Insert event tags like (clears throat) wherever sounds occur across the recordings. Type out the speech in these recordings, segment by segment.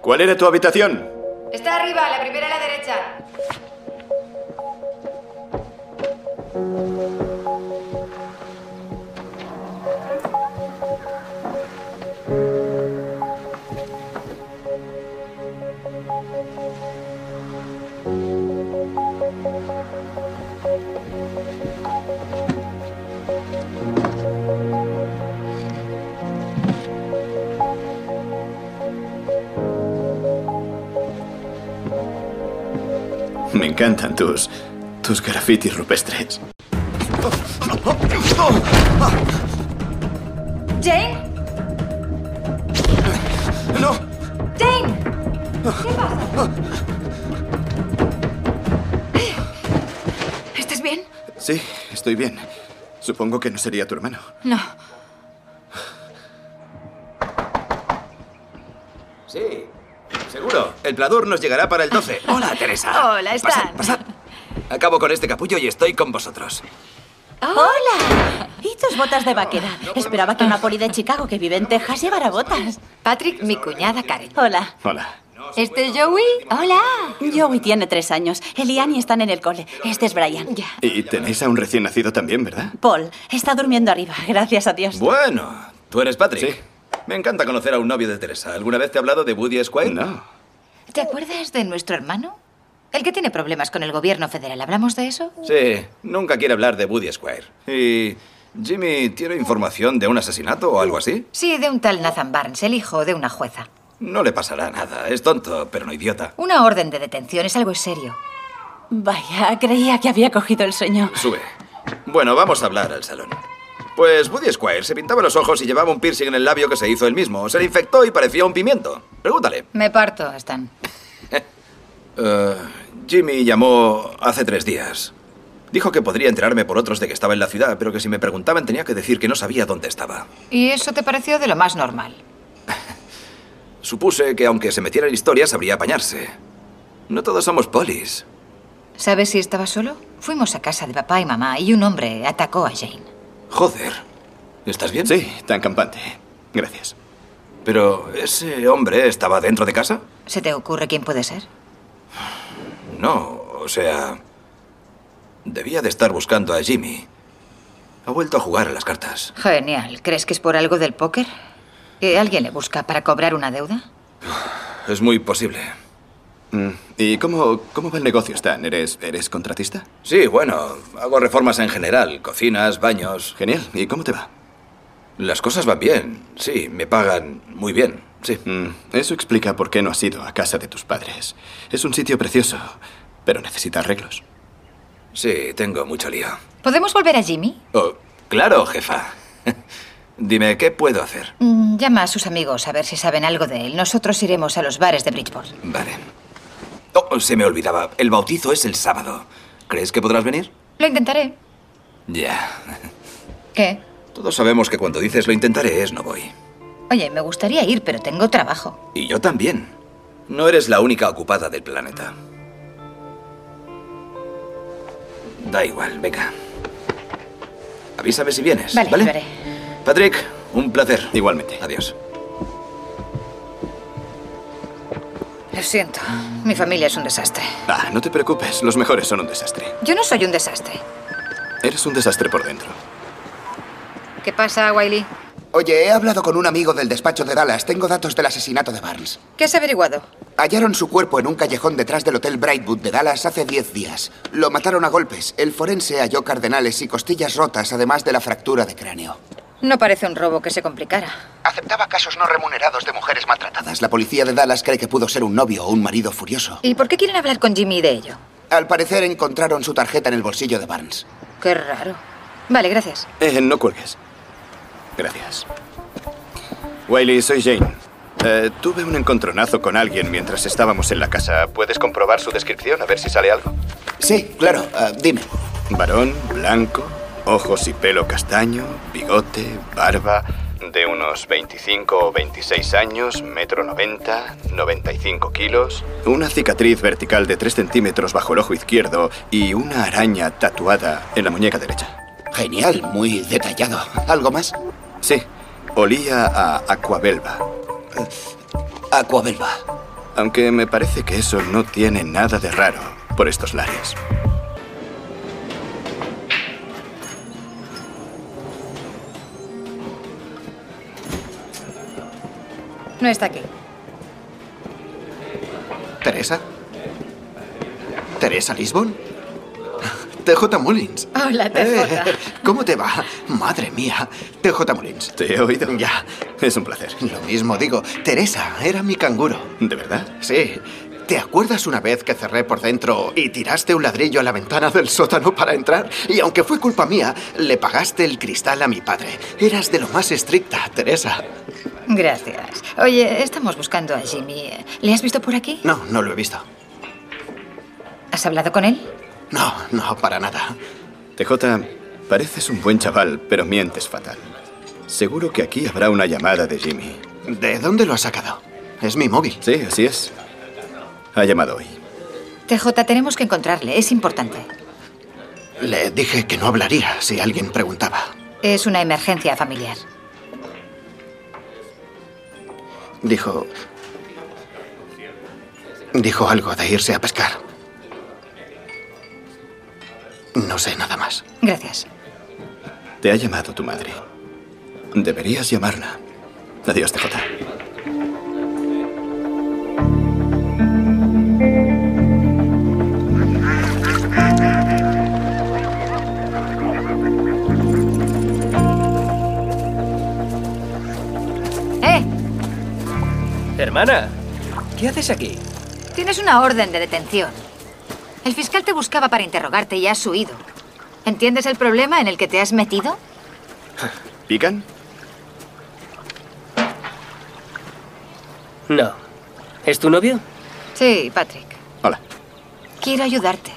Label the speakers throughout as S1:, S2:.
S1: ¿Cuál era tu habitación?
S2: Está arriba, la primera a la derecha.
S1: Me encantan tus. tus grafitis rupestres.
S2: ¿Jane?
S1: ¡No!
S2: ¡Jane! ¿Qué pasa? ¿Estás bien?
S1: Sí, estoy bien. Supongo que no sería tu hermano.
S2: No.
S1: Sí, seguro. El plador nos llegará para el 12. (laughs) Hola, Teresa.
S2: Hola, Stan.
S1: Pasad, pasad. Acabo con este capullo y estoy con vosotros.
S3: (laughs) ¡Hola! ¿Y tus Ah. botas de vaquera? Esperaba que una poli de Chicago que vive en Texas llevara botas.
S2: Patrick, mi cuñada Karen.
S3: Hola.
S1: Hola.
S2: ¿Este es Joey? Hola.
S3: Joey tiene tres años. Él y Annie están en el cole. Este es Brian.
S2: Ya.
S1: Y tenéis a un recién nacido también, ¿verdad?
S3: Paul está durmiendo arriba, gracias a Dios.
S4: Bueno, ¿tú eres Patrick?
S1: Sí.
S4: Me encanta conocer a un novio de Teresa. ¿Alguna vez te ha hablado de Woody Squire?
S1: No.
S2: ¿Te acuerdas de nuestro hermano? El que tiene problemas con el gobierno federal. ¿Hablamos de eso?
S4: Sí, nunca quiere hablar de Woody Squire. ¿Y Jimmy tiene información de un asesinato o algo así?
S2: Sí, de un tal Nathan Barnes, el hijo de una jueza.
S4: No le pasará nada. Es tonto, pero no idiota.
S2: Una orden de detención es algo serio.
S3: Vaya, creía que había cogido el sueño.
S4: Sube. Bueno, vamos a hablar al salón. Pues Woody Squire se pintaba los ojos y llevaba un piercing en el labio que se hizo él mismo. Se le infectó y parecía un pimiento. Pregúntale.
S2: Me parto, Stan.
S4: Eh, Jimmy llamó hace tres días. Dijo que podría enterarme por otros de que estaba en la ciudad, pero que si me preguntaban tenía que decir que no sabía dónde estaba.
S2: ¿Y eso te pareció de lo más normal?
S4: Supuse que aunque se metiera en historia sabría apañarse. No todos somos polis.
S2: ¿Sabes si estaba solo? Fuimos a casa de papá y mamá y un hombre atacó a Jane.
S4: Joder. ¿Estás bien?
S1: Sí, tan campante. Gracias.
S4: Pero ese hombre estaba dentro de casa?
S2: ¿Se te ocurre quién puede ser?
S4: No, o sea... Debía de estar buscando a Jimmy. Ha vuelto a jugar a las cartas.
S2: Genial. ¿Crees que es por algo del póker? ¿Que alguien le busca para cobrar una deuda?
S4: Es muy posible.
S1: Mm, ¿Y cómo, cómo va el negocio, Stan? ¿Eres, ¿Eres contratista?
S4: Sí, bueno, hago reformas en general, cocinas, baños.
S1: Genial. ¿Y cómo te va?
S4: Las cosas van bien, sí, me pagan muy bien, sí.
S1: Mm, eso explica por qué no has ido a casa de tus padres. Es un sitio precioso, pero necesita arreglos.
S4: Sí, tengo mucho lío.
S2: ¿Podemos volver a Jimmy?
S4: Oh, claro, jefa. (laughs) Dime, ¿qué puedo hacer?
S2: Mm, Llama a sus amigos a ver si saben algo de él. Nosotros iremos a los bares de Bridgeport.
S4: Vale. Oh, se me olvidaba, el bautizo es el sábado. ¿Crees que podrás venir?
S2: Lo intentaré.
S4: Ya.
S2: ¿Qué?
S4: Todos sabemos que cuando dices lo intentaré es no voy.
S2: Oye, me gustaría ir, pero tengo trabajo.
S4: Y yo también. No eres la única ocupada del planeta. Da igual, venga. Avísame si vienes.
S2: Vale,
S4: Vale,
S2: lo haré.
S4: Patrick, un placer.
S1: Igualmente.
S4: Adiós.
S2: Lo siento. Mi familia es un desastre.
S1: Ah, no te preocupes, los mejores son un desastre.
S2: Yo no soy un desastre.
S1: Eres un desastre por dentro.
S2: ¿Qué pasa, Wiley?
S5: Oye, he hablado con un amigo del despacho de Dallas. Tengo datos del asesinato de Barnes.
S2: ¿Qué has averiguado?
S5: Hallaron su cuerpo en un callejón detrás del Hotel Brightwood de Dallas hace 10 días. Lo mataron a golpes. El forense halló cardenales y costillas rotas, además de la fractura de cráneo.
S2: No parece un robo que se complicara.
S5: Aceptaba casos no remunerados de mujeres maltratadas. La policía de Dallas cree que pudo ser un novio o un marido furioso.
S2: ¿Y por qué quieren hablar con Jimmy de ello?
S5: Al parecer encontraron su tarjeta en el bolsillo de Barnes.
S2: Qué raro. Vale, gracias.
S1: Eh, no cuelgues. Gracias. Wiley, soy Jane. Eh, tuve un encontronazo con alguien mientras estábamos en la casa. ¿Puedes comprobar su descripción a ver si sale algo?
S5: Sí, claro, ah, dime.
S1: Varón, blanco, ojos y pelo castaño, bigote, barba, de unos 25 o 26 años, metro 90, 95 kilos, una cicatriz vertical de 3 centímetros bajo el ojo izquierdo y una araña tatuada en la muñeca derecha.
S5: Genial, muy detallado. ¿Algo más?
S1: Sí, olía a aquabelba.
S5: Aquabelva.
S1: Aunque me parece que eso no tiene nada de raro por estos lares.
S2: No está aquí.
S6: ¿Teresa? ¿Teresa Lisbon? (laughs) TJ Mullins. (laughs)
S2: Hola,
S6: Eh,
S2: TJ.
S6: ¿Cómo te va? Madre mía. TJ Mullins.
S1: Te he oído.
S6: Ya.
S1: Es un placer.
S6: Lo mismo digo. Teresa, era mi canguro.
S1: ¿De verdad?
S6: Sí. ¿Te acuerdas una vez que cerré por dentro y tiraste un ladrillo a la ventana del sótano para entrar? Y aunque fue culpa mía, le pagaste el cristal a mi padre. Eras de lo más estricta, Teresa.
S2: Gracias. Oye, estamos buscando a Jimmy. ¿Le has visto por aquí?
S6: No, no lo he visto.
S2: ¿Has hablado con él?
S6: No, no, para nada.
S1: TJ, pareces un buen chaval, pero mientes fatal. Seguro que aquí habrá una llamada de Jimmy.
S6: ¿De dónde lo has sacado? Es mi móvil.
S1: Sí, así es. Ha llamado hoy.
S2: TJ, tenemos que encontrarle. Es importante.
S6: Le dije que no hablaría si alguien preguntaba.
S2: Es una emergencia familiar.
S6: Dijo... Dijo algo de irse a pescar. No sé nada más.
S2: Gracias.
S1: Te ha llamado tu madre. Deberías llamarla. Adiós, TJ.
S2: ¡Eh!
S7: Hermana, ¿qué haces aquí?
S2: Tienes una orden de detención. El fiscal te buscaba para interrogarte y has huido. ¿Entiendes el problema en el que te has metido?
S1: ¿Pican?
S7: No. ¿Es tu novio?
S2: Sí, Patrick.
S1: Hola.
S2: Quiero ayudarte.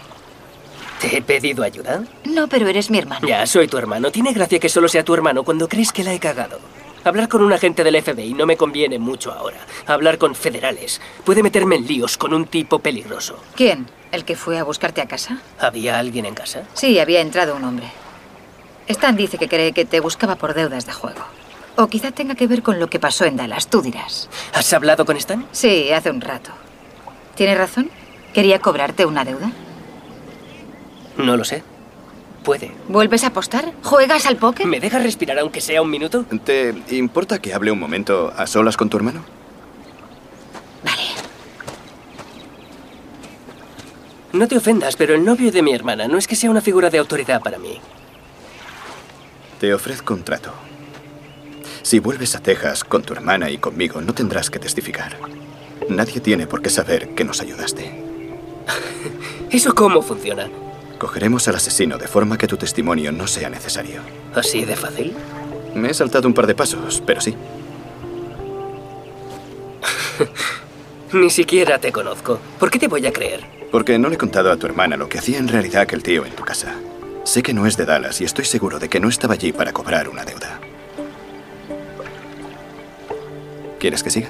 S7: ¿Te he pedido ayuda?
S2: No, pero eres mi hermano.
S7: Ya, soy tu hermano. Tiene gracia que solo sea tu hermano cuando crees que la he cagado. Hablar con un agente del FBI no me conviene mucho ahora. Hablar con federales puede meterme en líos con un tipo peligroso.
S2: ¿Quién? ¿El que fue a buscarte a casa?
S7: ¿Había alguien en casa?
S2: Sí, había entrado un hombre. Stan dice que cree que te buscaba por deudas de juego. O quizá tenga que ver con lo que pasó en Dallas, tú dirás.
S7: ¿Has hablado con Stan?
S2: Sí, hace un rato. ¿Tienes razón? ¿Quería cobrarte una deuda?
S7: No lo sé. Puede.
S2: ¿Vuelves a apostar? ¿Juegas al póker?
S7: ¿Me dejas respirar aunque sea un minuto?
S1: ¿Te importa que hable un momento a solas con tu hermano?
S2: Vale.
S7: No te ofendas, pero el novio de mi hermana no es que sea una figura de autoridad para mí. (laughs)
S1: Te ofrezco un trato. Si vuelves a Texas con tu hermana y conmigo, no tendrás que testificar. Nadie tiene por qué saber que nos ayudaste.
S7: ¿Eso cómo funciona?
S1: Cogeremos al asesino de forma que tu testimonio no sea necesario.
S7: ¿Así de fácil?
S1: Me he saltado un par de pasos, pero sí.
S7: Ni siquiera te conozco. ¿Por qué te voy a creer?
S1: Porque no le he contado a tu hermana lo que hacía en realidad aquel tío en tu casa. Sé que no es de Dallas y estoy seguro de que no estaba allí para cobrar una deuda. ¿Quieres que siga?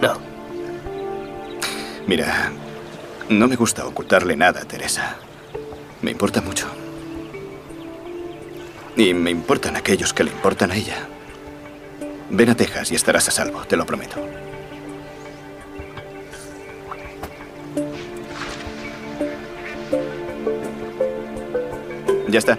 S7: No.
S1: Mira, no me gusta ocultarle nada a Teresa. Me importa mucho. Y me importan aquellos que le importan a ella. Ven a Texas y estarás a salvo, te lo prometo. Ya está.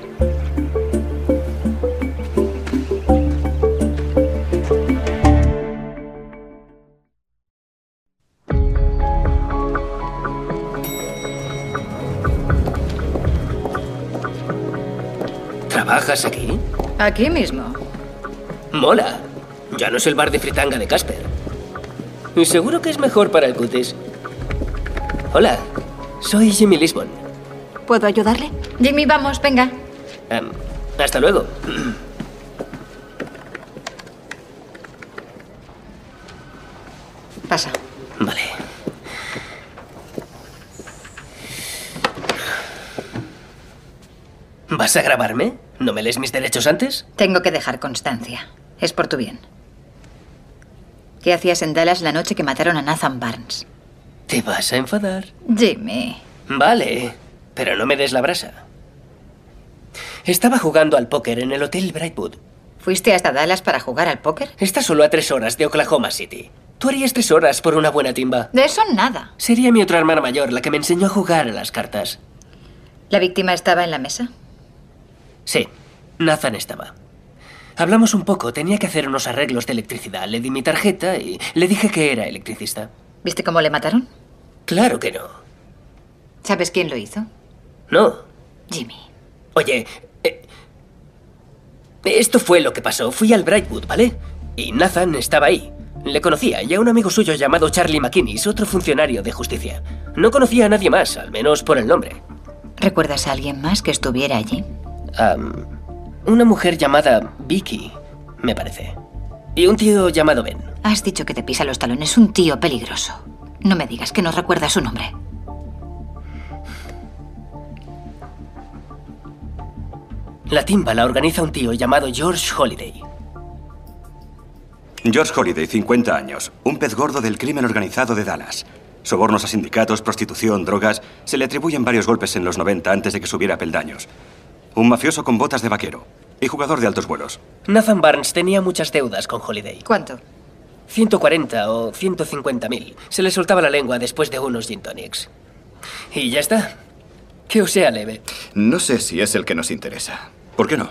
S7: ¿Trabajas aquí?
S2: Aquí mismo.
S7: Mola. Ya no es el bar de fritanga de Casper. Y seguro que es mejor para el cutis. Hola, soy Jimmy Lisbon.
S3: ¿Puedo ayudarle?
S2: Jimmy, vamos, venga.
S7: Em, hasta luego. (clears throat)
S2: Pasa.
S7: Vale. ¿Vas a grabarme? ¿No me lees mis derechos antes?
S2: Tengo que dejar constancia. Es por tu bien. ¿Qué hacías en Dallas la noche que mataron a Nathan Barnes?
S7: Te vas a enfadar.
S2: Jimmy.
S7: Vale, pero no me des la brasa. Estaba jugando al póker en el Hotel Brightwood.
S2: ¿Fuiste hasta Dallas para jugar al póker?
S7: Está solo a tres horas de Oklahoma City. Tú harías tres horas por una buena timba.
S2: De eso nada.
S7: Sería mi otra hermana mayor la que me enseñó a jugar a las cartas.
S2: ¿La víctima estaba en la mesa?
S7: Sí, Nathan estaba. Hablamos un poco, tenía que hacer unos arreglos de electricidad. Le di mi tarjeta y le dije que era electricista.
S2: ¿Viste cómo le mataron?
S7: Claro que no.
S2: ¿Sabes quién lo hizo?
S7: No.
S2: Jimmy.
S7: Oye, eh, esto fue lo que pasó. Fui al Brightwood, ¿vale? Y Nathan estaba ahí. Le conocía y a un amigo suyo llamado Charlie McInnes, otro funcionario de justicia. No conocía a nadie más, al menos por el nombre.
S2: ¿Recuerdas a alguien más que estuviera allí?
S7: Am, una mujer llamada Vicky, me parece. Y un tío llamado Ben.
S2: Has dicho que te pisa los talones un tío peligroso. No me digas que no recuerdas su nombre.
S7: La timba la organiza un tío llamado George Holiday.
S8: George Holiday, 50 años, un pez gordo del crimen organizado de Dallas. Sobornos a sindicatos, prostitución, drogas, se le atribuyen varios golpes en los 90 antes de que subiera a peldaños. Un mafioso con botas de vaquero y jugador de altos vuelos.
S7: Nathan Barnes tenía muchas deudas con Holiday.
S2: ¿Cuánto?
S7: 140 o 150 mil. Se le soltaba la lengua después de unos gin tonics. Y ya está. Que os sea leve.
S1: No sé si es el que nos interesa.
S8: ¿Por qué no?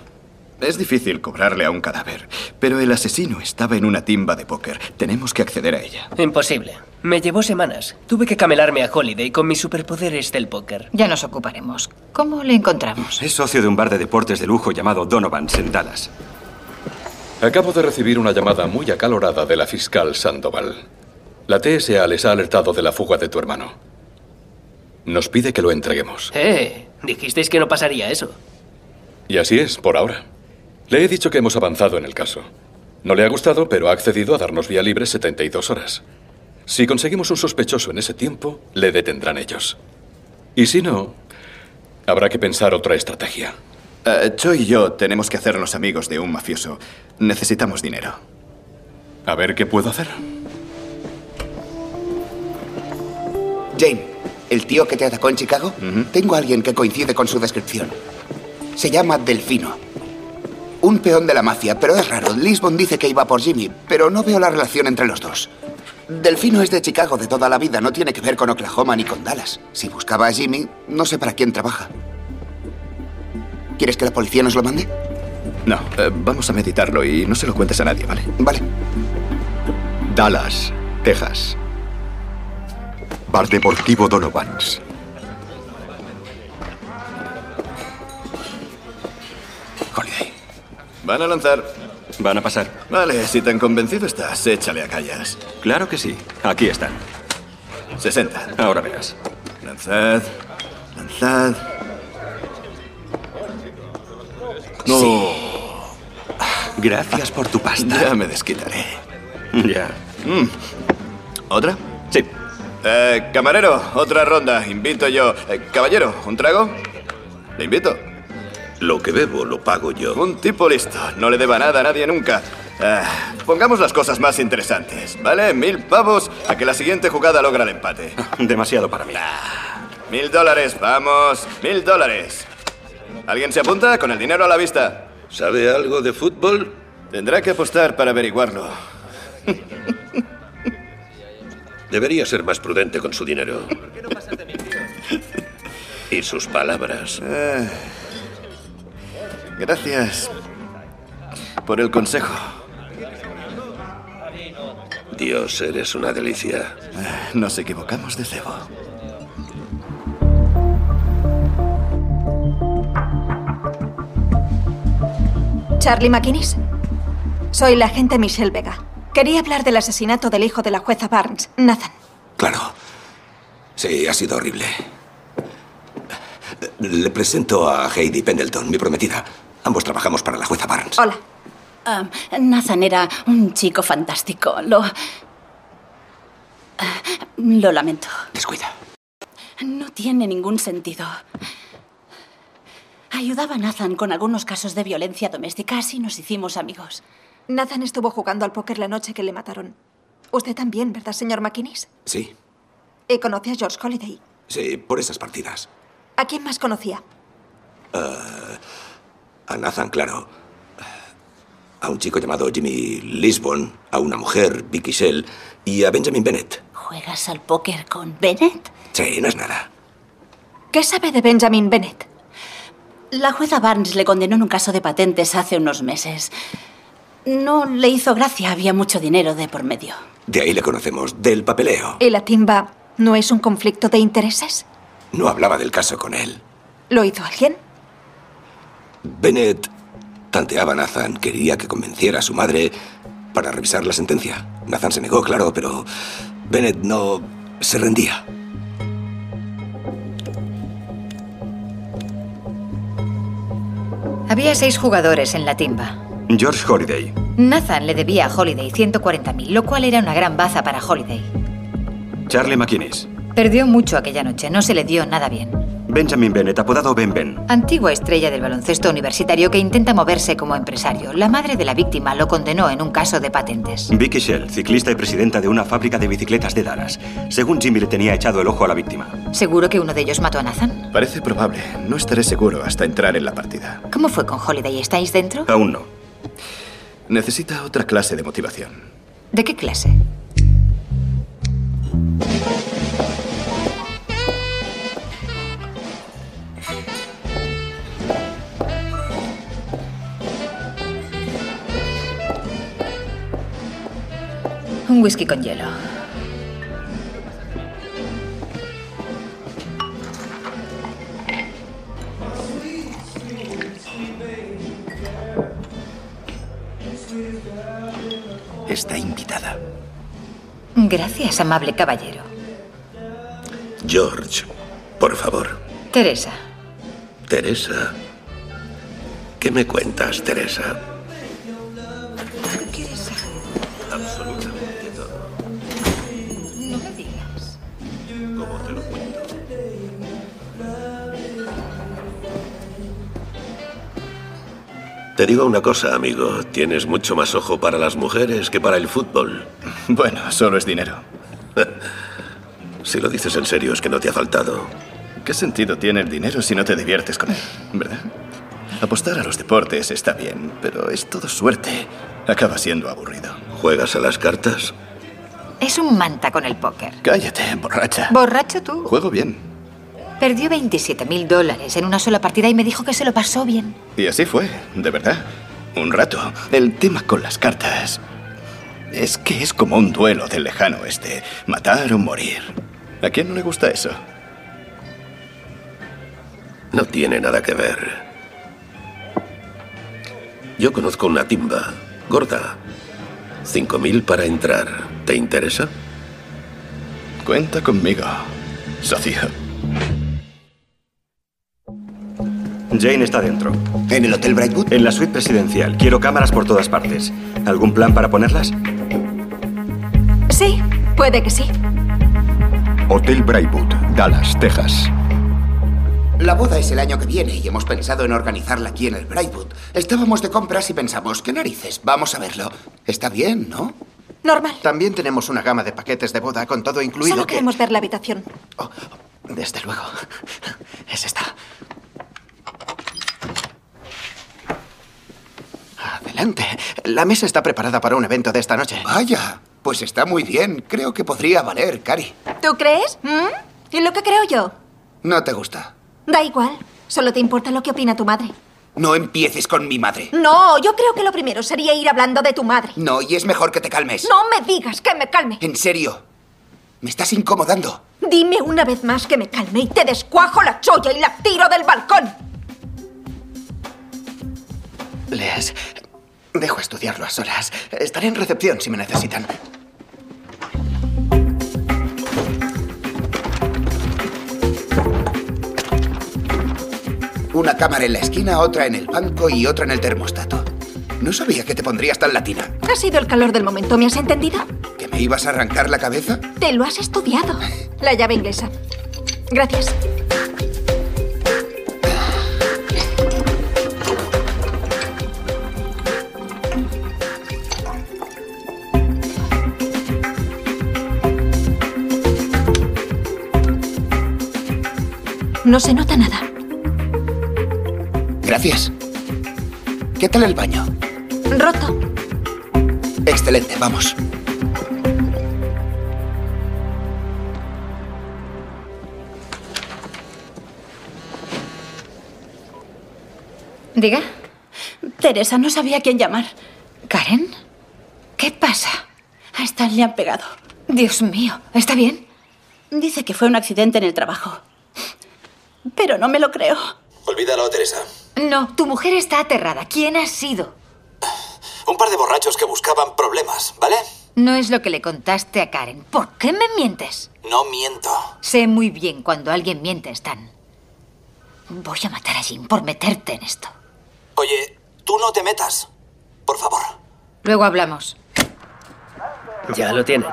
S1: Es difícil cobrarle a un cadáver, pero el asesino estaba en una timba de póker. Tenemos que acceder a ella.
S7: Imposible. Me llevó semanas. Tuve que camelarme a Holiday con mis superpoderes del póker.
S2: Ya nos ocuparemos. ¿Cómo le encontramos?
S8: Es socio de un bar de deportes de lujo llamado Donovan's en Dallas.
S9: Acabo de recibir una llamada muy acalorada de la fiscal Sandoval. La TSA les ha alertado de la fuga de tu hermano. Nos pide que lo entreguemos.
S7: Eh, dijisteis que no pasaría eso.
S9: Y así es, por ahora. Le he dicho que hemos avanzado en el caso. No le ha gustado, pero ha accedido a darnos vía libre 72 horas. Si conseguimos un sospechoso en ese tiempo, le detendrán ellos. Y si no, habrá que pensar otra estrategia.
S1: Eh, Cho y yo tenemos que hacernos amigos de un mafioso. Necesitamos dinero.
S9: A ver qué puedo hacer.
S5: Jane, el tío que te atacó en Chicago, tengo a alguien que coincide con su descripción. Se llama Delfino. Un peón de la mafia, pero es raro. Lisbon dice que iba por Jimmy, pero no veo la relación entre los dos. Delfino es de Chicago de toda la vida, no tiene que ver con Oklahoma ni con Dallas. Si buscaba a Jimmy, no sé para quién trabaja. ¿Quieres que la policía nos lo mande?
S1: No, eh, vamos a meditarlo y no se lo cuentes a nadie, ¿vale?
S5: Vale.
S6: Dallas, Texas. Bar Deportivo Donovan's.
S8: Holiday.
S1: Van a lanzar.
S8: Van a pasar.
S1: Vale, si tan convencido estás, échale a callas.
S8: Claro que sí. Aquí están.
S1: 60.
S8: Ahora verás.
S1: Lanzad. Lanzad.
S8: No. Gracias por tu pasta.
S1: Ya me desquitaré.
S8: Ya.
S1: ¿Otra?
S8: Sí.
S1: Eh, camarero, otra ronda. Invito yo. Eh, caballero, ¿un trago? Le invito.
S10: Lo que bebo lo pago yo.
S1: Un tipo listo. No le deba nada a nadie nunca. Ah, pongamos las cosas más interesantes, ¿vale? Mil pavos a que la siguiente jugada logra el empate.
S8: (laughs) Demasiado para mí.
S1: Mil dólares, vamos. Mil dólares. ¿Alguien se apunta? Con el dinero a la vista.
S10: ¿Sabe algo de fútbol?
S1: Tendrá que apostar para averiguarlo.
S10: Debería ser más prudente con su dinero. Y sus palabras.
S1: Eh, Gracias por el consejo.
S10: Dios, eres una delicia.
S1: Eh, Nos equivocamos de cebo.
S11: Charlie McInnes. Soy la agente Michelle Vega. Quería hablar del asesinato del hijo de la jueza Barnes, Nathan.
S10: Claro. Sí, ha sido horrible. Le presento a Heidi Pendleton, mi prometida. Ambos trabajamos para la jueza Barnes.
S11: Hola.
S3: Ah, Nathan era un chico fantástico. Lo. Ah, Lo lamento.
S10: Descuida.
S3: No tiene ningún sentido. Ayudaba a Nathan con algunos casos de violencia doméstica, así nos hicimos amigos.
S11: Nathan estuvo jugando al póker la noche que le mataron. Usted también, ¿verdad, señor McInnes?
S10: Sí,
S11: Y conoce a George Holiday.
S10: sí, por esas partidas. Eh,
S11: ¿A quién más conocía?
S10: A Nathan, claro. a un chico llamado Jimmy Lisbon, a una mujer, Vicky Shell, y a Benjamin Bennett.
S3: ¿Juegas al póker con Bennett?
S10: Sí, no es nada.
S11: ¿Qué sabe de Benjamin Bennett?
S3: La jueza Barnes le condenó en un caso de patentes hace unos meses. No le hizo gracia, había mucho dinero de por medio.
S10: De ahí le conocemos, del papeleo.
S11: ¿Y la timba no es un conflicto de intereses?
S10: No hablaba del caso con él.
S11: ¿Lo hizo alguien?
S10: Bennett tanteaba a Nathan, quería que convenciera a su madre para revisar la sentencia. Nathan se negó, claro, pero Bennett no se rendía.
S2: Había seis jugadores en la timba.
S8: George Holiday.
S2: Nathan le debía a Holiday 140.000, lo cual era una gran baza para Holiday.
S8: Charlie McInnes.
S2: Perdió mucho aquella noche, no se le dio nada bien.
S8: Benjamin Bennett, apodado Ben Ben.
S2: Antigua estrella del baloncesto universitario que intenta moverse como empresario. La madre de la víctima lo condenó en un caso de patentes.
S8: Vicky Shell, ciclista y presidenta de una fábrica de bicicletas de Dallas. Según Jimmy le tenía echado el ojo a la víctima.
S2: ¿Seguro que uno de ellos mató a Nathan?
S1: Parece probable. No estaré seguro hasta entrar en la partida.
S2: ¿Cómo fue con Holiday? ¿Estáis dentro?
S8: Aún no.
S1: Necesita otra clase de motivación.
S2: ¿De qué clase? Un whisky con hielo.
S12: E
S1: Está invitada.
S2: Gracias, amable caballero.
S10: George, por favor.
S2: Teresa,
S10: Teresa. ¿Qué me cuentas, Teresa? Absolutamente todo.
S2: no me digas.
S10: Como te lo cuento. Te digo una cosa, amigo. Tienes mucho más ojo para las mujeres que para el fútbol.
S1: Bueno, solo es dinero.
S10: Si lo dices en serio es que no te ha faltado.
S1: ¿Qué sentido tiene el dinero si no te diviertes con él? ¿Verdad? Apostar a los deportes está bien, pero es todo suerte. Acaba siendo aburrido.
S10: ¿Juegas a las cartas?
S2: Es un manta con el póker.
S1: Cállate, borracha.
S2: ¿Borracho tú?
S1: Juego bien.
S2: Perdió 27 mil dólares en una sola partida y me dijo que se lo pasó bien.
S1: Y así fue, de verdad. Un rato. El tema con las cartas es que es como un duelo del lejano oeste. Matar o morir. ¿A quién no le gusta eso?
S10: No tiene nada que ver. Yo conozco una timba, gorda. Cinco mil para entrar. ¿Te interesa?
S1: Cuenta conmigo, socio.
S8: Jane está dentro.
S5: ¿En el Hotel Brightwood?
S8: En la suite presidencial. Quiero cámaras por todas partes. ¿Algún plan para ponerlas?
S11: Sí, puede que sí.
S13: Hotel Brightwood, Dallas, Texas.
S5: La boda es el año que viene y hemos pensado en organizarla aquí en el Brightwood. Estábamos de compras y pensamos, ¿qué narices? Vamos a verlo. Está bien, ¿no?
S11: Normal.
S6: También tenemos una gama de paquetes de boda con todo incluido.
S11: Solo
S6: que-
S11: queremos ver la habitación.
S6: Desde luego. Es esta. Adelante. La mesa está preparada para un evento de esta noche.
S5: Vaya, pues está muy bien. Creo que podría valer, Cari.
S11: ¿Tú crees? ¿Mm? ¿Y lo que creo yo?
S5: No te gusta.
S11: Da igual. Solo te importa lo que opina tu madre.
S5: No empieces con mi madre.
S11: No, yo creo que lo primero sería ir hablando de tu madre.
S5: No, y es mejor que te calmes.
S11: No me digas que me calme.
S5: En serio. Me estás incomodando.
S11: Dime una vez más que me calme y te descuajo la cholla y la tiro del balcón.
S6: Les dejo estudiarlo a solas. Estaré en recepción si me necesitan.
S5: Una cámara en la esquina, otra en el banco y otra en el termostato. No sabía que te pondrías tan latina.
S11: Ha sido el calor del momento, ¿me has entendido?
S5: ¿Que me ibas a arrancar la cabeza?
S11: Te lo has estudiado. La llave inglesa. Gracias. No se nota nada.
S5: Gracias. ¿Qué tal el baño?
S11: Roto.
S5: Excelente, vamos.
S2: Diga.
S3: Teresa, no sabía a quién llamar.
S2: ¿Karen? ¿Qué pasa?
S3: A Stan le han pegado.
S2: Dios mío, ¿está bien?
S3: Dice que fue un accidente en el trabajo. Pero no me lo creo.
S12: Olvídalo, Teresa.
S2: No, tu mujer está aterrada. ¿Quién ha sido?
S12: Un par de borrachos que buscaban problemas, ¿vale?
S2: No es lo que le contaste a Karen. ¿Por qué me mientes?
S12: No miento.
S2: Sé muy bien cuando alguien miente, Stan. Voy a matar a Jim por meterte en esto.
S12: Oye, tú no te metas. Por favor.
S2: Luego hablamos.
S7: Ya lo tienen.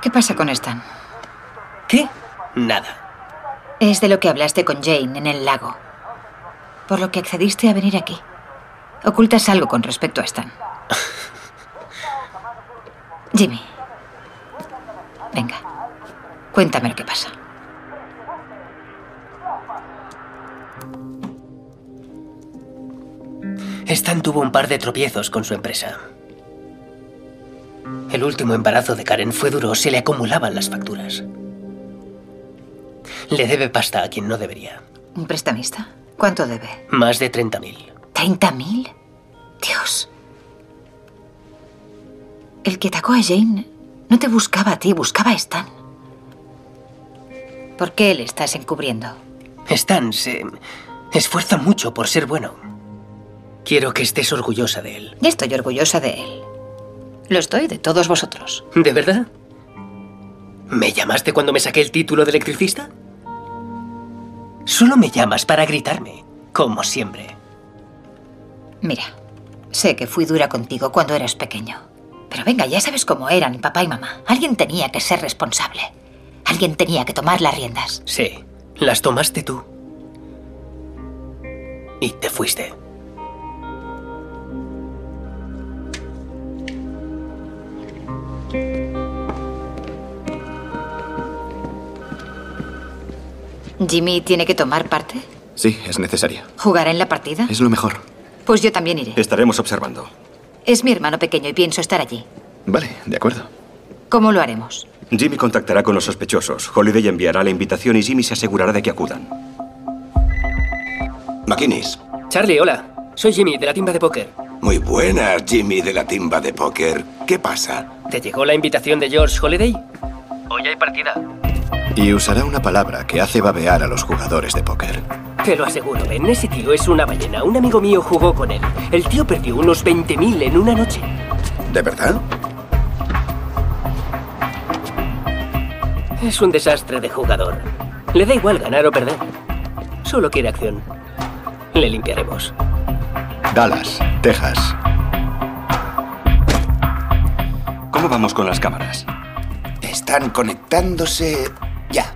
S2: ¿Qué pasa con Stan?
S7: ¿Qué? Nada.
S2: Es de lo que hablaste con Jane en el lago. Por lo que accediste a venir aquí. Ocultas algo con respecto a Stan. Jimmy. Venga. Cuéntame lo que pasa.
S7: Stan tuvo un par de tropiezos con su empresa. El último embarazo de Karen fue duro, se le acumulaban las facturas. Le debe pasta a quien no debería.
S2: ¿Un prestamista? ¿Cuánto debe?
S7: Más de 30.000.
S2: ¿30.000? Dios. El que atacó a Jane no te buscaba a ti, buscaba a Stan. ¿Por qué le estás encubriendo?
S7: Stan se esfuerza mucho por ser bueno. Quiero que estés orgullosa de él.
S2: Ya estoy orgullosa de él. Lo estoy de todos vosotros.
S7: ¿De verdad? ¿Me llamaste cuando me saqué el título de electricista? Solo me llamas para gritarme, como siempre.
S2: Mira, sé que fui dura contigo cuando eras pequeño. Pero venga, ya sabes cómo eran papá y mamá. Alguien tenía que ser responsable. Alguien tenía que tomar las riendas.
S7: Sí, las tomaste tú. Y te fuiste.
S2: ¿Jimmy tiene que tomar parte?
S1: Sí, es necesario.
S2: ¿Jugará en la partida?
S1: Es lo mejor.
S2: Pues yo también iré.
S8: Estaremos observando.
S2: Es mi hermano pequeño y pienso estar allí.
S1: Vale, de acuerdo.
S2: ¿Cómo lo haremos?
S8: Jimmy contactará con los sospechosos. Holiday enviará la invitación y Jimmy se asegurará de que acudan.
S10: McInnes.
S7: Charlie, hola. Soy Jimmy, de la timba de póker.
S10: Muy buenas, Jimmy, de la timba de póker. ¿Qué pasa?
S7: ¿Te llegó la invitación de George Holiday? Hoy hay partida.
S1: Y usará una palabra que hace babear a los jugadores de póker.
S7: Te lo aseguro, Ben, ese tío es una ballena. Un amigo mío jugó con él. El tío perdió unos 20.000 en una noche.
S10: ¿De verdad?
S7: Es un desastre de jugador. Le da igual ganar o perder. Solo quiere acción. Le limpiaremos.
S13: Dallas, Texas.
S8: ¿Cómo vamos con las cámaras?
S5: Están conectándose ya.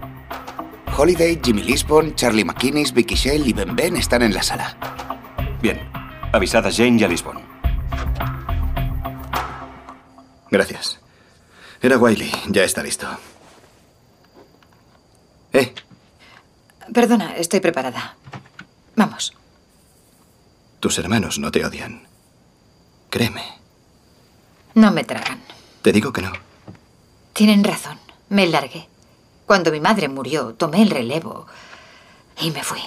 S5: Holiday, Jimmy Lisbon, Charlie McInnes, Vicky Shell y Ben Ben están en la sala.
S8: Bien. Avisad a Jane y a Lisbon.
S1: Gracias. Era Wiley, ya está listo. Eh,
S2: Perdona, estoy preparada. Vamos.
S1: tus hermanos no te odian. Créeme,
S2: No me tragan.
S1: te digo que no.
S2: Tienen razón. Me largué. Cuando mi madre murió, tomé el relevo y me fui.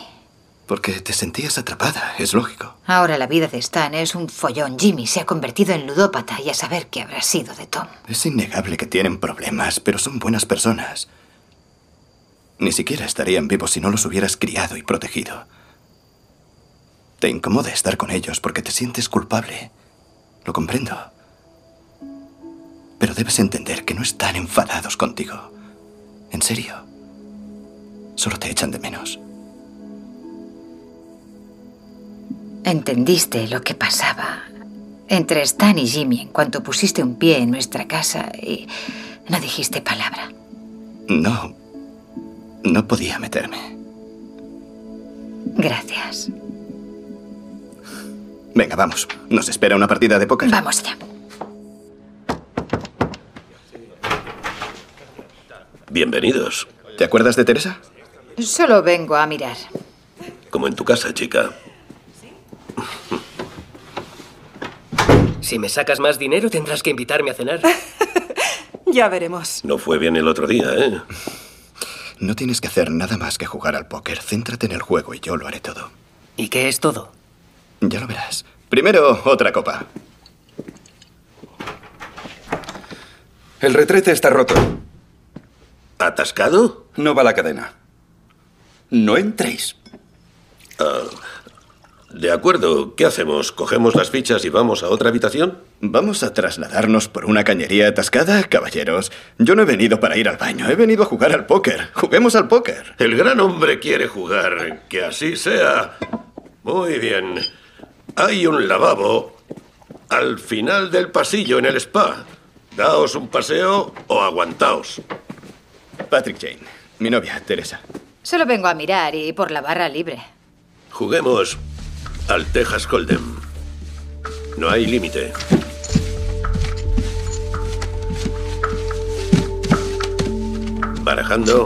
S1: Porque te sentías atrapada, es lógico.
S2: Ahora la vida de Stan es un follón. Jimmy se ha convertido en ludópata y a saber qué habrá sido de Tom.
S1: Es innegable que tienen problemas, pero son buenas personas. Ni siquiera estarían vivos si no los hubieras criado y protegido. Te incomoda estar con ellos porque te sientes culpable. Lo comprendo. Pero debes entender que no están enfadados contigo. En serio. Solo te echan de menos.
S2: Entendiste lo que pasaba entre Stan y Jimmy en cuanto pusiste un pie en nuestra casa y no dijiste palabra.
S1: No. No podía meterme.
S2: Gracias.
S1: Venga, vamos. Nos espera una partida de póker.
S2: Vamos ya.
S10: Bienvenidos.
S1: ¿Te acuerdas de Teresa?
S2: Solo vengo a mirar.
S12: Como en tu casa, chica.
S7: Si me sacas más dinero, tendrás que invitarme a cenar.
S14: (laughs) Ya veremos.
S12: No fue bien el otro día, ¿eh?
S1: No tienes que hacer nada más que jugar al póker. Céntrate en el juego y yo lo haré todo.
S7: ¿Y qué es todo?
S1: Ya lo verás. Primero, otra copa.
S10: El retrete está roto. ¿Atascado? No va la cadena. No entréis.
S12: Ah, de acuerdo, ¿qué hacemos? ¿Cogemos las fichas y vamos a otra habitación?
S1: Vamos a trasladarnos por una cañería atascada, caballeros. Yo no he venido para ir al baño, he venido a jugar al póker. Juguemos al póker.
S12: El gran hombre quiere jugar. Que así sea. Muy bien. Hay un lavabo al final del pasillo en el spa. Daos un paseo o aguantaos.
S1: Patrick Jane, mi novia, Teresa.
S2: Solo vengo a mirar y por la barra libre.
S12: Juguemos al Texas Hold'em. No hay límite. Barajando.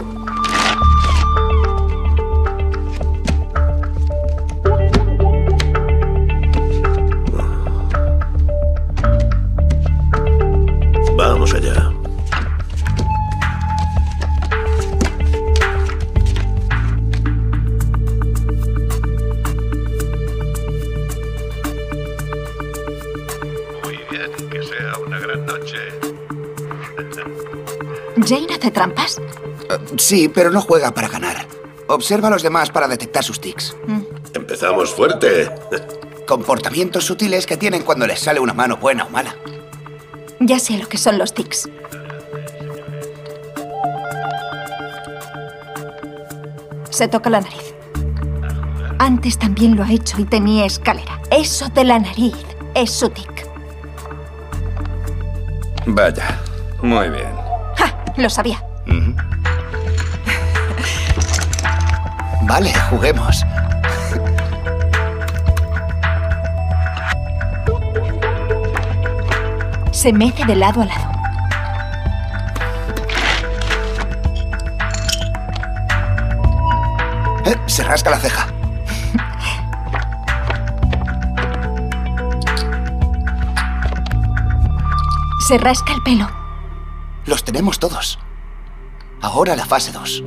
S12: Vamos allá.
S15: Muy bien, que sea una gran noche.
S11: ¿Jane hace trampas?
S5: Eh, Sí, pero no juega para ganar. Observa a los demás para detectar sus tics.
S11: Mm.
S12: Empezamos fuerte.
S5: Comportamientos sutiles que tienen cuando les sale una mano buena o mala.
S11: Ya sé lo que son los tics. Se toca la nariz. Antes también lo ha hecho y tenía escalera. Eso de la nariz es su tic.
S10: Vaya. Muy bien.
S11: ¡Ja! Lo sabía.
S5: Vale, juguemos.
S11: Se mece de lado a lado.
S5: Eh, se rasca la ceja.
S11: Se rasca el pelo.
S5: Los tenemos todos. Ahora la fase 2.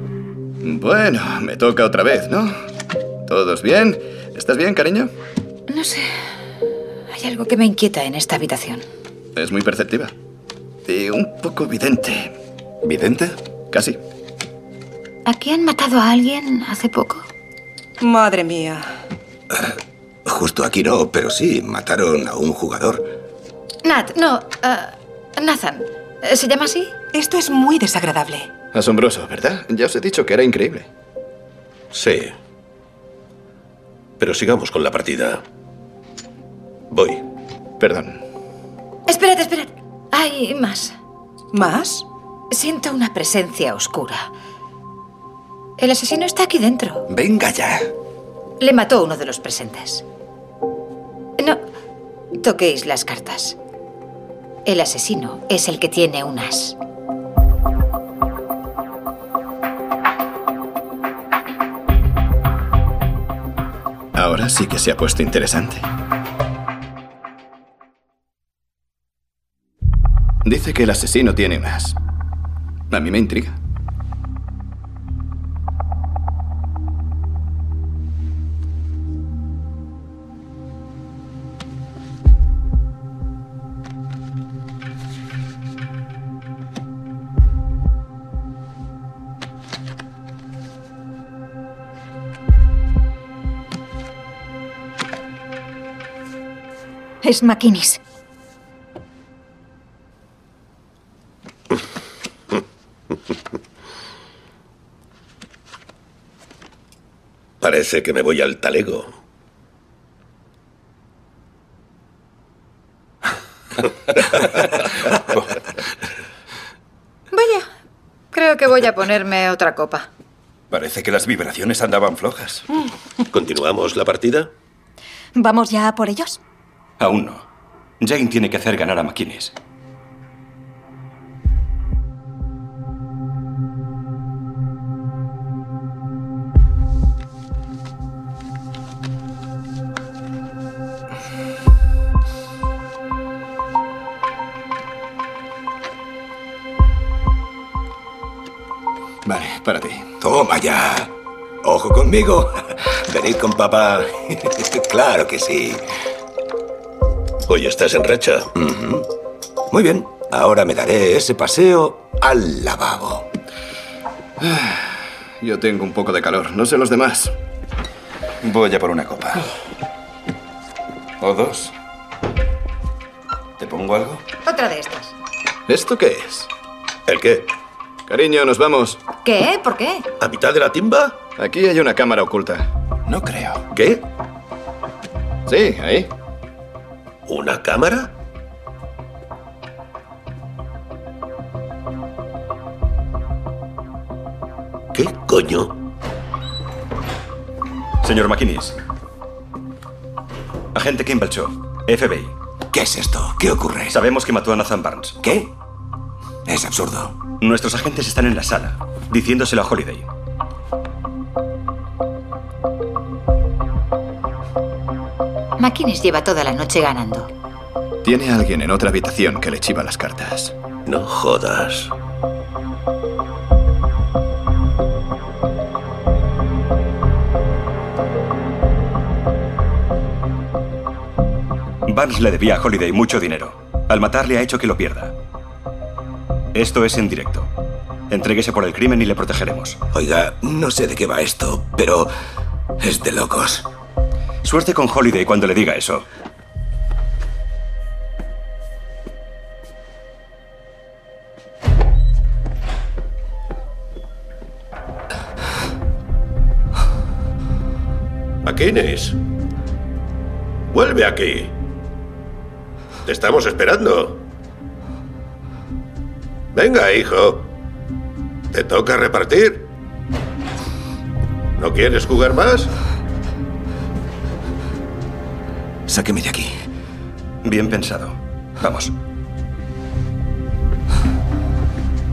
S1: Bueno, me toca otra vez, ¿no? ¿Todos bien? ¿Estás bien, cariño?
S2: No sé. Hay algo que me inquieta en esta habitación.
S1: Es muy perceptiva. Y un poco vidente. ¿Vidente? Casi.
S2: Aquí han matado a alguien hace poco.
S14: Madre mía.
S10: Justo aquí no, pero sí, mataron a un jugador.
S2: Nat, no. ah, Nathan. Eh, ¿Se llama así?
S14: Esto es muy desagradable.
S1: Asombroso, ¿verdad? Ya os he dicho que era increíble.
S12: Sí. Pero sigamos con la partida. Voy.
S1: Perdón.
S2: Esperad, esperad. Hay más.
S14: ¿Más?
S2: Siento una presencia oscura. El asesino está aquí dentro.
S10: Venga ya.
S2: Le mató uno de los presentes. No toquéis las cartas. El asesino es el que tiene un as.
S1: Ahora sí que se ha puesto interesante. Dice que el asesino tiene un as. A mí me intriga.
S11: Es McInnes.
S12: Parece que me voy al talego. Mm. (laughs)
S2: Vaya, creo que voy a ponerme otra copa.
S10: Parece que las vibraciones andaban flojas.
S2: Mm.
S12: ¿Continuamos la partida?
S11: ¿Vamos ya a por ellos?
S8: Aún no. Jane tiene que hacer ganar a McInnes.
S1: para ti.
S10: Toma ya. Ojo conmigo. (laughs) Venid con papá. (laughs) claro que sí.
S12: Hoy estás en racha.
S10: Ujú. Muy bien. Ahora me daré ese paseo al lavabo.
S1: Ah, Yo tengo un poco de calor, no sé los demás. Voy a por una copa. ¿O dos?
S4: ¿Te pongo algo?
S2: Otra de estas.
S1: ¿Esto qué es? ¿El qué? Cariño, nos vamos.
S2: ¿Qué? ¿Por qué?
S1: ¿A mitad de la timba? Aquí hay una cámara oculta. No creo. ¿Qué? Sí, ahí.
S12: (laughs) ¿Una cámara? ¿Qué coño?
S8: Señor McInnes. Agente Kimball Shaw, FBI.
S10: ¿Qué es esto? ¿Qué ocurre?
S8: Sabemos que mató a Nathan Barnes.
S10: ¿Qué? Es absurdo.
S8: Nuestros agentes están en la sala, diciéndoselo a Holiday.
S2: McInnes lleva toda la noche ganando.
S1: Tiene alguien en otra habitación que le chiva las cartas.
S12: No jodas.
S8: Barnes le debía a Holiday mucho dinero. Al matarle ha hecho que lo pierda. Esto es en directo. Entréguese por el crimen y le protegeremos.
S10: Oiga, no sé de qué va esto, pero es de locos.
S8: Suerte con Holiday cuando le diga eso.
S12: Aquines. Vuelve aquí. Te estamos esperando. Venga, hijo. Te toca repartir. ¿No quieres jugar más?
S8: Sáqueme de aquí. Bien pensado. Vamos.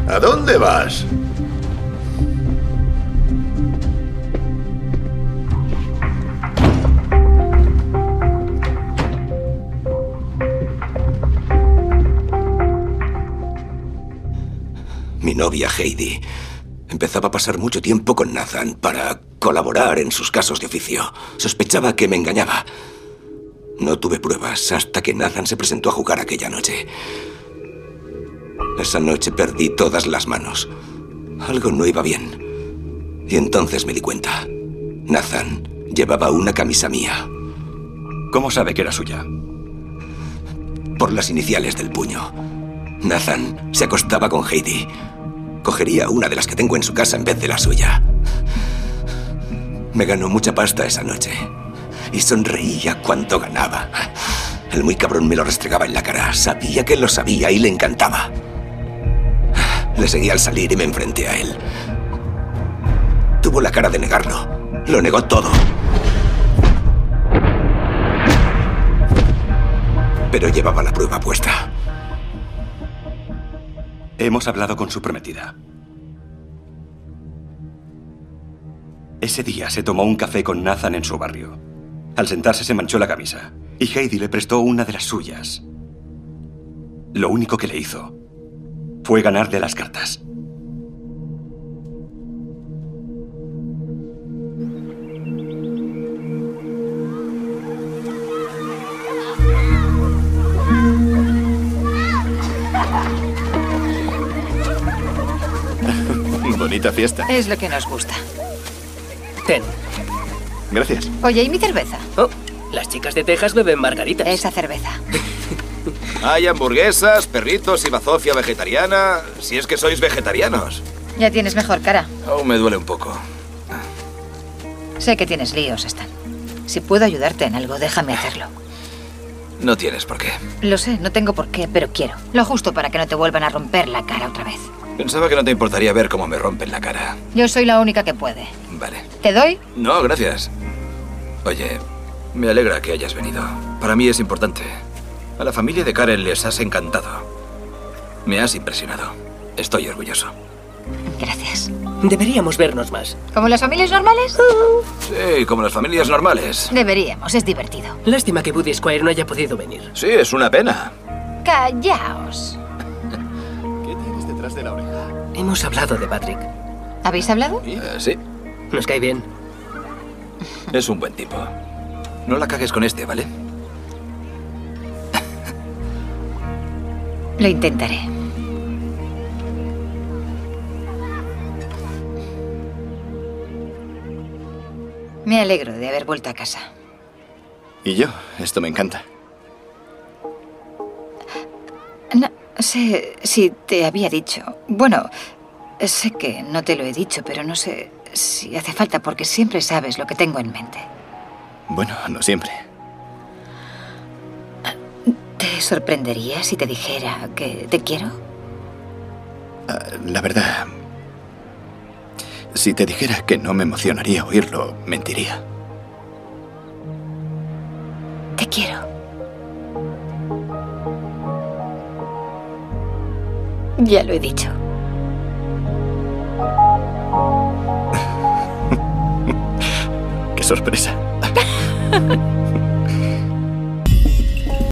S12: ¿A dónde vas?
S10: Mi novia Heidi empezaba a pasar mucho tiempo con Nathan para colaborar en sus casos de oficio. Sospechaba que me engañaba. No tuve pruebas hasta que Nathan se presentó a jugar aquella noche. Esa noche perdí todas las manos. Algo no iba bien. Y entonces me di cuenta. Nathan llevaba una camisa mía.
S8: ¿Cómo sabe que era suya?
S10: Por las iniciales del puño. Nathan se acostaba con Heidi. Cogería una de las que tengo en su casa en vez de la suya. Me ganó mucha pasta esa noche. Y sonreía cuando ganaba. El muy cabrón me lo restregaba en la cara. Sabía que lo sabía y le encantaba. Le seguí al salir y me enfrenté a él. Tuvo la cara de negarlo. Lo negó todo. Pero llevaba la prueba puesta.
S8: Hemos hablado con su prometida. Ese día se tomó un café con Nathan en su barrio. Al sentarse se manchó la camisa y Heidi le prestó una de las suyas. Lo único que le hizo fue ganarle las cartas.
S1: Bonita fiesta.
S2: Es lo que nos gusta.
S7: Ten.
S1: Gracias.
S2: Oye, ¿y mi cerveza?
S7: Oh, las chicas de Texas beben margaritas.
S2: Esa cerveza.
S4: Hay hamburguesas, perritos y bazofia vegetariana, si es que sois vegetarianos.
S2: Ya tienes mejor cara.
S4: Aún me duele un poco.
S2: Sé que tienes líos, Stan. Si puedo ayudarte en algo, déjame hacerlo.
S4: No tienes por qué.
S2: Lo sé, no tengo por qué, pero quiero. Lo justo para que no te vuelvan a romper la cara otra vez.
S4: Pensaba que no te importaría ver cómo me rompen la cara.
S2: Yo soy la única que puede.
S4: Vale.
S2: ¿Te doy?
S4: No, gracias. Oye, me alegra que hayas venido. Para mí es importante. A la familia de Karen les has encantado. Me has impresionado. Estoy orgulloso.
S2: Gracias.
S7: Deberíamos vernos más.
S2: ¿Como las familias normales?
S4: Sí, como las familias normales.
S2: Deberíamos, es divertido.
S7: Lástima que Buddy Squire no haya podido venir.
S4: Sí, es una pena.
S2: Callaos.
S1: ¿Qué tienes detrás de la oreja?
S7: Hemos hablado de Patrick.
S2: ¿Habéis hablado?
S4: Eh, sí.
S7: Nos cae bien.
S4: Es un buen tipo. No la cagues con este, ¿vale?
S2: Lo intentaré. Me alegro de haber vuelto a casa.
S1: Y yo, esto me encanta.
S2: No sé si te había dicho. Bueno, sé que no te lo he dicho, pero no sé si hace falta porque siempre sabes lo que tengo en mente.
S1: Bueno, no siempre.
S2: ¿Te sorprendería si te dijera que te quiero?
S1: Ah, la verdad, si te dijera que no me emocionaría oírlo, mentiría.
S2: Te quiero. Ya lo he dicho.
S1: Qué sorpresa.